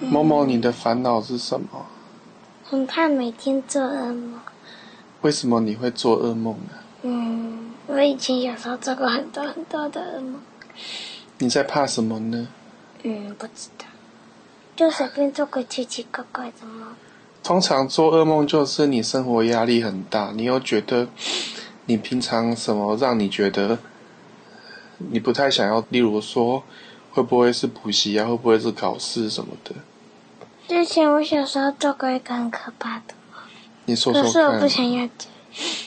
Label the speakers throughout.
Speaker 1: 某某，你的烦恼是什么？
Speaker 2: 很怕每天做噩梦。
Speaker 1: 为什么你会做噩梦呢？
Speaker 2: 嗯，我以前小时候做过很多很多的噩梦。
Speaker 1: 你在怕什么呢？
Speaker 2: 嗯，不知道，就随便做个奇奇怪怪的梦。
Speaker 1: 通常做噩梦就是你生活压力很大，你又觉得你平常什么让你觉得你不太想要，例如说会不会是补习啊，会不会是考试什么的？
Speaker 2: 之前我小时候做过一个很可怕的梦，
Speaker 1: 你说
Speaker 2: 可
Speaker 1: 说
Speaker 2: 是我
Speaker 1: 看啊
Speaker 2: 不，想要讲。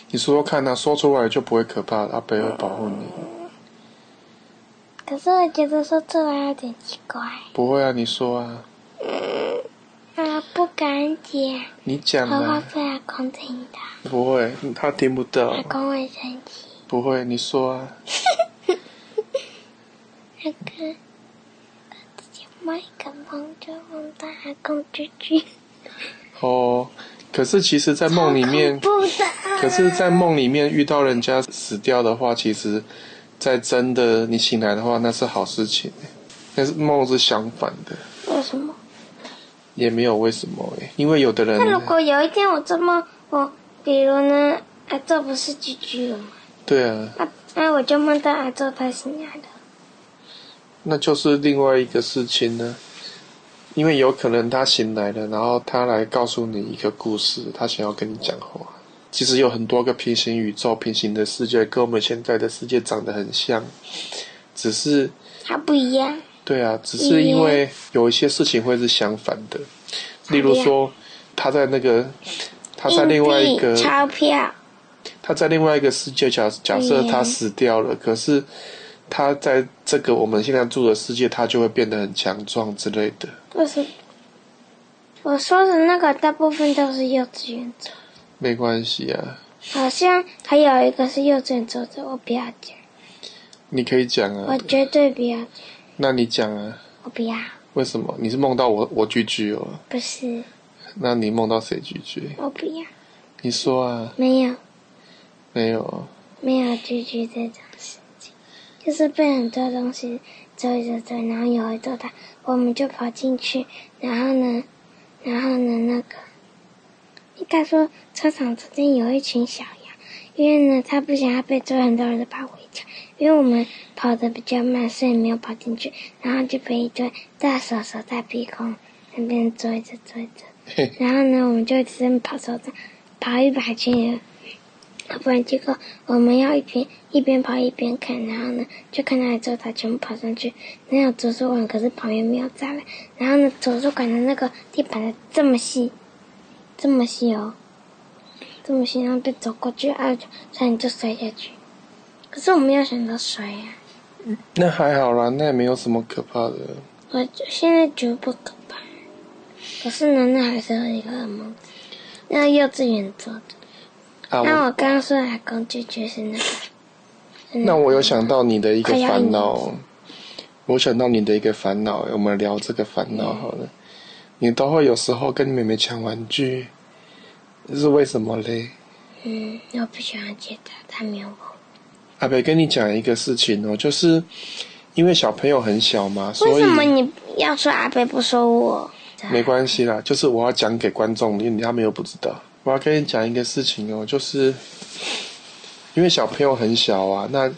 Speaker 1: 你说说看啊，说出来就不会可怕了，阿贝会保护你。
Speaker 2: 可是我觉得说出来有点奇怪
Speaker 1: 不会啊，你说啊，
Speaker 2: 啊，不敢讲。
Speaker 1: 你讲
Speaker 2: 我怕
Speaker 1: 啊，
Speaker 2: 被阿公听到，
Speaker 1: 不会，他听不
Speaker 2: 阿
Speaker 1: 到，
Speaker 2: 公会生气。
Speaker 1: 不会，你说啊，
Speaker 2: 那个，我自己梦一个梦就梦到阿公追剧，
Speaker 1: 哦。可是其实，在梦里 面，
Speaker 2: 不的。
Speaker 1: 可是，在梦里面遇到人家死掉的话，其实，在真的你醒来的话，那是好事情。但是梦是相反的，
Speaker 2: 为什么？
Speaker 1: 也没有为什么诶、因为有的人
Speaker 2: 那如果有一天我做梦，我比如呢，阿宙不是居居了吗？
Speaker 1: 对啊，
Speaker 2: 啊，那我就梦到阿宙他醒来了。
Speaker 1: 那就是另外一个事情呢。因为有可能他醒来了，然后他来告诉你一个故事，他想要跟你讲话。其实有很多个平行宇宙、平行的世界，跟我们现在的世界长得很像，只是
Speaker 2: 他不一样，
Speaker 1: 对啊，只是因为有一些事情会是相反的，例如说，他在那个，他在另外一个
Speaker 2: 硬，币钞票，
Speaker 1: 他在另外一个世界假假设
Speaker 2: 嗯
Speaker 1: 他死掉了，可是他在这个我们现在住的世界，他就会变得很强壮之类的。
Speaker 2: 为什么？我说的那个大部分都是幼稚园做，
Speaker 1: 没关系啊，
Speaker 2: 好像还有一个是幼稚园做的，我不要讲，
Speaker 1: 你可以讲啊
Speaker 2: 我，绝对不要讲，
Speaker 1: 那你讲啊，
Speaker 2: 我不要，
Speaker 1: 为什么？你是梦到我我居居哦？
Speaker 2: 不是，
Speaker 1: 那你梦到谁居居？
Speaker 2: 我不要，
Speaker 1: 你说啊，
Speaker 2: 没有。
Speaker 1: 没有，
Speaker 2: 没有拒绝这种事情，就是被很多东西追着追，然后有回到他，我们就跑进去，然后呢，然后呢，那个应该说车场中间有一群小羊，因为呢，他不想要被追，很多人都跑回家，因为我们跑得比较慢，所以没有跑进去，然后就被一堆大手手、大鼻孔那边追着追着。
Speaker 1: 嘿，
Speaker 2: 然后呢，我们就一直跑操场，跑一百圈也，不然结果我们要一边一边跑一边看，然后呢，就看到了之后，他全部跑上去，那有图书馆，可是旁边没有栅栏，然后呢，图书馆的那个地板的这么细，这么细哦，这么细，然后就走过去，啊，差点就摔下去，可是我没有选择摔啊，
Speaker 1: 那还好啦，那也没有什么可怕的。
Speaker 2: 我就现在觉得不可怕，可是呢，那还是有一个噩梦，那幼稚园做的。
Speaker 1: 啊，
Speaker 2: 那我刚刚说的阿公就就是那个，嗯
Speaker 1: 那我有想到你的一个
Speaker 2: 快要
Speaker 1: 烦
Speaker 2: 一
Speaker 1: 恼，我想到你的一个烦恼，我们聊这个烦恼好了。你都会有时候跟妹妹抢玩具，这是为什么嘞？
Speaker 2: 嗯，我不喜欢接他，他没有我。
Speaker 1: 阿北跟你讲一个事情哦，就是因为小朋友很小嘛，所
Speaker 2: 为
Speaker 1: 以
Speaker 2: 什么你要说阿贝不说我？
Speaker 1: 没关系啦，就是我要讲给观众，因为他们又不知道。我要跟你讲一个事情哦，就是因为小朋友很小啊，那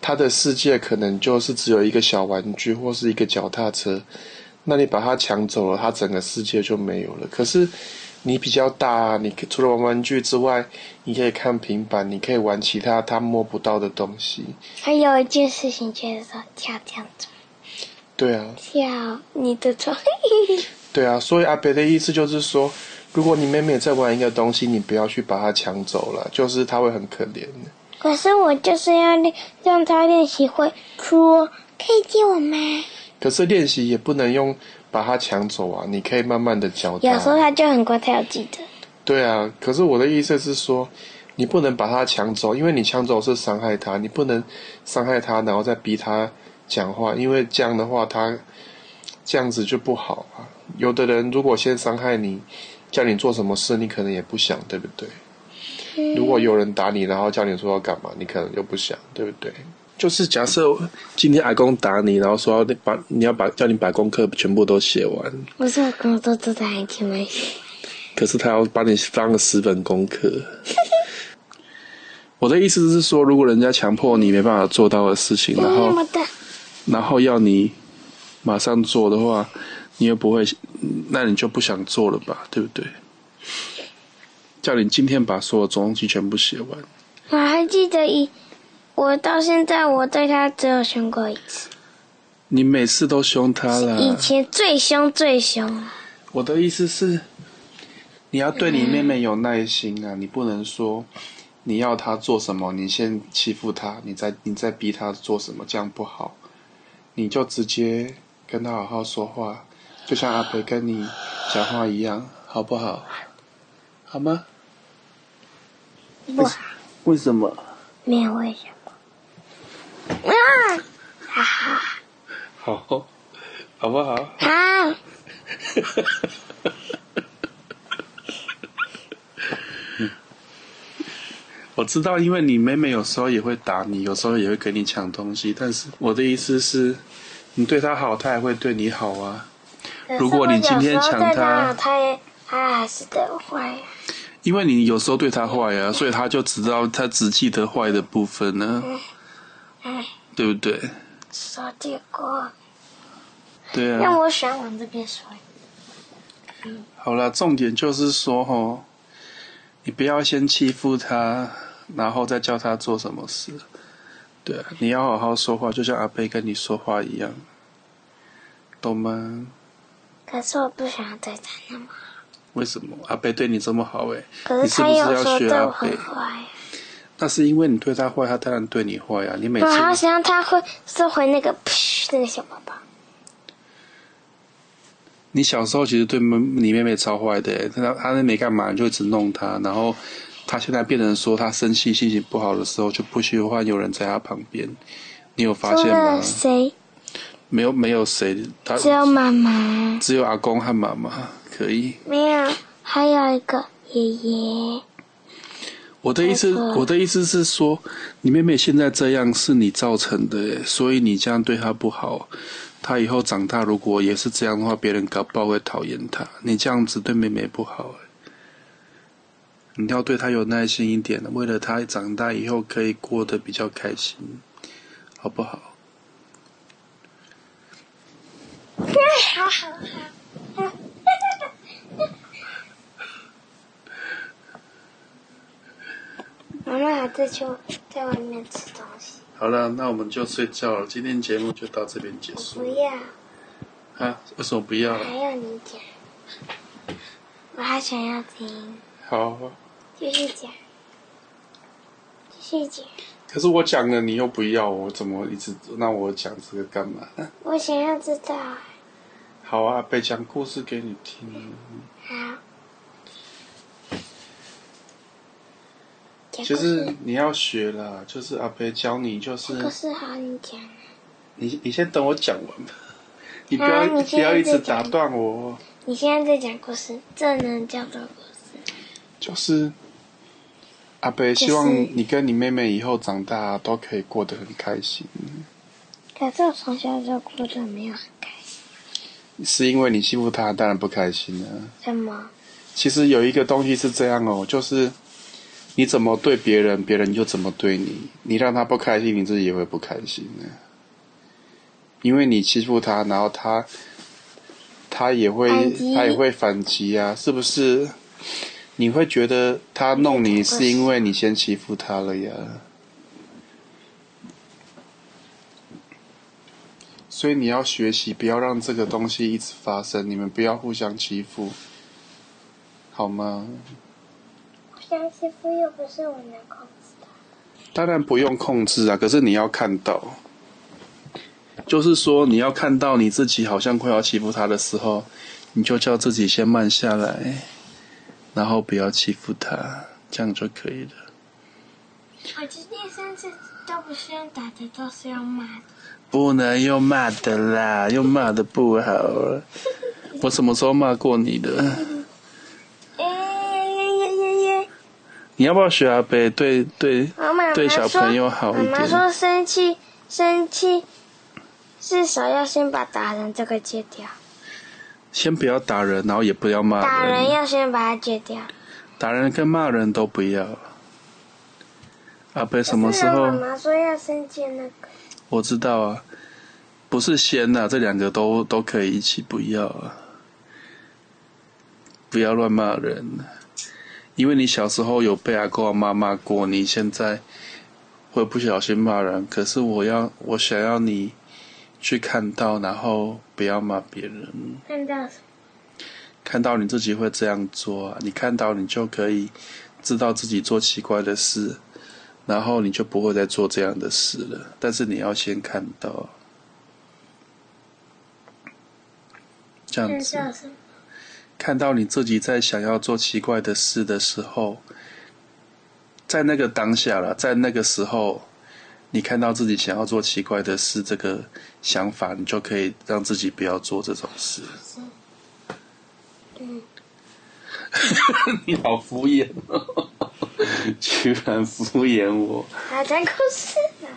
Speaker 1: 他的世界可能就是只有一个小玩具或是一个脚踏车，那你把它抢走了，他整个世界就没有了。可是你比较大、啊，你可除了玩玩具之外，你可以看平板，你可以玩其他他摸不到的东西。
Speaker 2: 还有一件事情就是说跳跳床，
Speaker 1: 对啊，
Speaker 2: 跳你的床，
Speaker 1: 对啊，所以阿北的意思就是说，如果你妹妹在玩一个东西，你不要去把它抢走了，就是她会很可怜的。
Speaker 2: 可是我就是要练，让他练习会说，可以借我吗？
Speaker 1: 可是练习也不能用把它抢走啊，你可以慢慢的教
Speaker 2: 有时候
Speaker 1: 她。啊
Speaker 2: 他就很乖，他有记得。
Speaker 1: 对啊，可是我的意思是说，你不能把它抢走，因为你抢走是伤害她，你不能伤害她，然后再逼她讲话，因为这样的话她这样子就不好啊。有的人如果先伤害你，叫你做什么事，你可能也不想，对不对？
Speaker 2: 嗯
Speaker 1: 如果有人打你，然后叫你说要干嘛，你可能就不想，对不对？就是假设今天阿公打你，然后说要把你要把叫你把功课全部都写完，
Speaker 2: 我是我工作做的还挺没写，
Speaker 1: 可是他要把你当了十本功课。 我的意思是说，如果人家强迫你没办法做到的事情，然
Speaker 2: 那么
Speaker 1: 后
Speaker 2: 大，
Speaker 1: 然后要你马上做的话，你又不会，嗯那你就不想做了吧，对不对？叫你今天把所有东西全部写完，
Speaker 2: 我还记得一，我到现在我对他只有凶过一次，
Speaker 1: 你每次都凶他啦。
Speaker 2: 以前最凶最凶了，
Speaker 1: 我的意思是，你要对你妹妹有耐心啊，你不能说你要她做什么，你先欺负她，你再你再逼她做什么，这样不好。你就直接跟她好好说话，就像阿培跟你讲话一样，好不好？好吗？
Speaker 2: 不好。
Speaker 1: 为什么？
Speaker 2: 没有为什么。啊，
Speaker 1: 好，好不好？
Speaker 2: 好，
Speaker 1: 我知道，因为你妹妹有时候也会打你，有时候也会跟你抢东西，但是我的意思是，你对她好，她也会对你好啊。如果你今天抢他
Speaker 2: 可是我有时候对他，他也他还是对我坏啊。
Speaker 1: 因为你有时候对他坏啊，所以他就知道他只记得坏的部分呢、
Speaker 2: 哎，
Speaker 1: 对不对？
Speaker 2: 说这个，
Speaker 1: 对
Speaker 2: 让
Speaker 1: 啊。
Speaker 2: 我想往这边说。
Speaker 1: 好了，重点就是说吼，你不要先欺负他，然后再叫他做什么事。对啊，你要好好说话，就像阿贝跟你说话一样，懂吗？
Speaker 2: 可是我不想对他那么好，
Speaker 1: 为什么阿贝对你这么好、欸？
Speaker 2: 可
Speaker 1: 你
Speaker 2: 是
Speaker 1: 是
Speaker 2: 他
Speaker 1: 不是
Speaker 2: 有
Speaker 1: 要
Speaker 2: 时候
Speaker 1: 学
Speaker 2: 对
Speaker 1: 阿
Speaker 2: 我
Speaker 1: 贝
Speaker 2: 很？坏啊。
Speaker 1: 那是因为你对他坏，他当然对你坏啊。你每次
Speaker 2: 我好想要他会收回那个噗那个小包包。
Speaker 1: 你小时候其实对妹你妹妹超坏的，她她那没干嘛，你就一直弄她，然后她现在变成说她生气、心情不好的时候就不喜欢有人在她旁边，你有发
Speaker 2: 除
Speaker 1: 现
Speaker 2: 了
Speaker 1: 吗？
Speaker 2: 谁？
Speaker 1: 没有，没有谁，她
Speaker 2: 只有妈妈，
Speaker 1: 只有阿公和妈妈可以。
Speaker 2: 没有，还有一个爷爷。
Speaker 1: 我的意思
Speaker 2: 没，错
Speaker 1: 我的意思是说，你妹妹现在这样是你造成的，所以你这样对她不好，她以后长大如果也是这样的话，别人搞不好会讨厌她。你这样子对妹妹不好，你要对她有耐心一点，为了她长大以后可以过得比较开心，好不好？
Speaker 2: 好好好。 妈妈还在去在外面吃东西，
Speaker 1: 好了，那我们就睡觉了，今天节目就到这边结
Speaker 2: 不
Speaker 1: 束
Speaker 2: 要，
Speaker 1: 啊？为什么不要？
Speaker 2: 还要你讲，我还想要听，
Speaker 1: 好，
Speaker 2: 继续讲，继续讲，
Speaker 1: 可是我讲了你又不要，我怎么一直让我讲这个干嘛？
Speaker 2: 我想要知道。
Speaker 1: 好啊，北讲故事给你听。
Speaker 2: 好，讲
Speaker 1: 其实
Speaker 2: 故事，
Speaker 1: 你要学啦，就是阿北教你，就是
Speaker 2: 故事好，你讲。
Speaker 1: 你你先等我讲完 吧，你不要、
Speaker 2: 啊你
Speaker 1: 不
Speaker 2: 现在
Speaker 1: 要一直
Speaker 2: 在
Speaker 1: 打
Speaker 2: 讲
Speaker 1: 断我。
Speaker 2: 你现在在讲故事，这能叫做故事？
Speaker 1: 就是阿北希望你跟你妹妹以后长大都可以过得很开心，
Speaker 2: 可是我从小就哭的没有很开心，
Speaker 1: 是因为你欺负她，当然不开心啊。
Speaker 2: 怎么？
Speaker 1: 其实有一个东西是这样哦，就是你怎么对别人，别人就怎么对你。你让他不开心，你自己也会不开心的。因为你欺负他，然后他他也会
Speaker 2: 反击
Speaker 1: 他也会反击啊，是不是？你会觉得他弄你是因为你先欺负他了呀。所以你要学习，不要让这个东西一直发生。你们不要互相欺负，好吗？
Speaker 2: 互相欺负又不是我能控制的。
Speaker 1: 当然不用控制啊，可是你要看到，就是说你要看到你自己好像快要欺负他的时候，你就叫自己先慢下来，然后不要欺负他，这样就可以了。
Speaker 2: 我今天三次都不是用打的，都是用骂的。
Speaker 1: 不能用骂的啦，用骂的不好了。我什么时候骂过你的？
Speaker 2: 耶耶耶耶耶！
Speaker 1: 你要不要学阿北对对
Speaker 2: 哎我妈妈
Speaker 1: 对
Speaker 2: 说，
Speaker 1: 小朋友好一
Speaker 2: 妈妈
Speaker 1: 点？
Speaker 2: 说生气生气，至少要先把打人这个戒掉。
Speaker 1: 先不要打人，然后也不要骂
Speaker 2: 打
Speaker 1: 人，
Speaker 2: 人要先把它戒掉。
Speaker 1: 打人跟骂人都不要。阿贝什么时
Speaker 2: 虽
Speaker 1: 候
Speaker 2: 然？妈妈说要先戒那个，
Speaker 1: 我知道啊，不是先啊呐、这两个都都可以一起不要啊，不要乱骂人，因为你小时候有被阿公阿妈骂过，你现在会不小心骂人，可是我要我想要你去看到，然后不要骂别人，
Speaker 2: 看到什么
Speaker 1: 看到你自己会这样做啊，你看到你就可以知道自己做奇怪的事。然后你就不会再做这样的事了，但是你要先看到，这样
Speaker 2: 看
Speaker 1: 子
Speaker 2: 到什么？
Speaker 1: 看到你自己在想要做奇怪的事的时候，在那个当下了，在那个时候，你看到自己想要做奇怪的事这个想法，你就可以让自己不要做这种事。
Speaker 2: 嗯，
Speaker 1: 你好敷衍 哦，居然敷衍我。
Speaker 2: 好，讲故事了。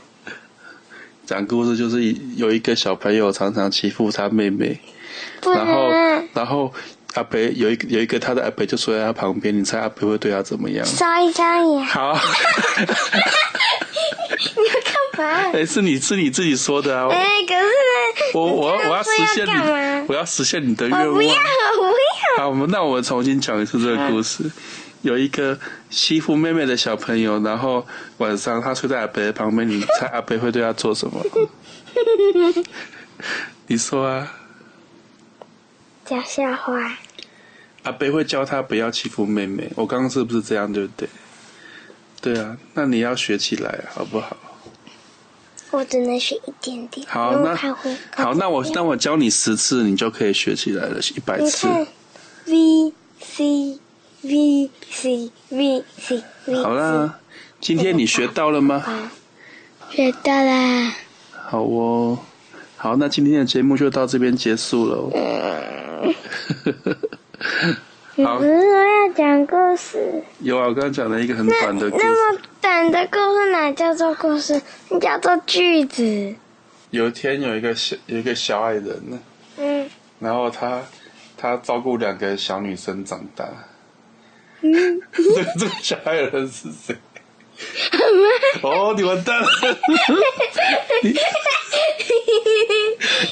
Speaker 1: 讲故事就是一有一个小朋友常常欺负他妹妹，
Speaker 2: 不
Speaker 1: 然后
Speaker 2: 能
Speaker 1: 然后阿北有一个有一个他的阿北就哎坐在他旁边，你猜阿北会对他怎么样？
Speaker 2: 烧一张眼，
Speaker 1: 好，
Speaker 2: 你要干嘛？
Speaker 1: 哎，是你是你自己说的啊！
Speaker 2: 哎、可是呢，
Speaker 1: 我我我
Speaker 2: 你这
Speaker 1: 要
Speaker 2: 样
Speaker 1: 实
Speaker 2: 说
Speaker 1: 现你，
Speaker 2: 干嘛？
Speaker 1: 我要实现你的愿
Speaker 2: 我
Speaker 1: 望
Speaker 2: 不。要，我不
Speaker 1: 好，我们那我们重新讲一次这个故事。有一个欺负妹妹的小朋友，然后晚上他睡在阿北旁边，你猜阿北会对他做什 么？你说啊，
Speaker 2: 要。讲笑话，
Speaker 1: 阿北会教他不要欺负妹妹。我刚刚是不是这样，对不对？对啊，那你要学起来好不好？
Speaker 2: 我只能学一点点，
Speaker 1: 好，
Speaker 2: 因为
Speaker 1: 那
Speaker 2: 我怕会搞
Speaker 1: 好，那我那我教你十次，你就可以学起来了，一百
Speaker 2: 你
Speaker 1: 次。
Speaker 2: 看，V C V C V C V，
Speaker 1: 好，啦，今天你学到了吗？
Speaker 2: 学到啦。
Speaker 1: 好哦，好，那今天的节目就到这边结束了哦。
Speaker 2: 你
Speaker 1: 好
Speaker 2: 不是说要讲故事？
Speaker 1: 有啊，我刚刚讲了一个很短的故事。
Speaker 2: 那么短的故事哪叫做故事？那叫做句 子。
Speaker 1: 有一天有一个小有一个小矮人呢，
Speaker 2: 嗯
Speaker 1: 然后他他照顾两个小女生长大。
Speaker 2: 嗯，
Speaker 1: 这个 这个小矮人是 谁？哦，你完蛋了！ 你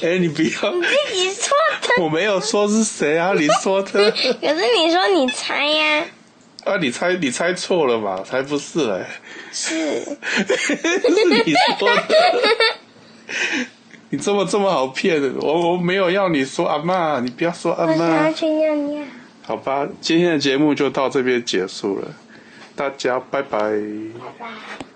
Speaker 1: 哎、你不要，
Speaker 2: 你说的。
Speaker 1: 我没有说是谁啊，你说 的。
Speaker 2: 可是你说你猜呀、
Speaker 1: 啊，你猜你猜错了嘛？才不是嘞、
Speaker 2: 是
Speaker 1: 是你说的。 你这么这么好骗的，我我没有要你说阿妈，你不要说阿
Speaker 2: 我想要
Speaker 1: 妈，
Speaker 2: 去尿尿。
Speaker 1: 好吧？今天的节目就到这边结束了，大家拜拜。
Speaker 2: 拜拜。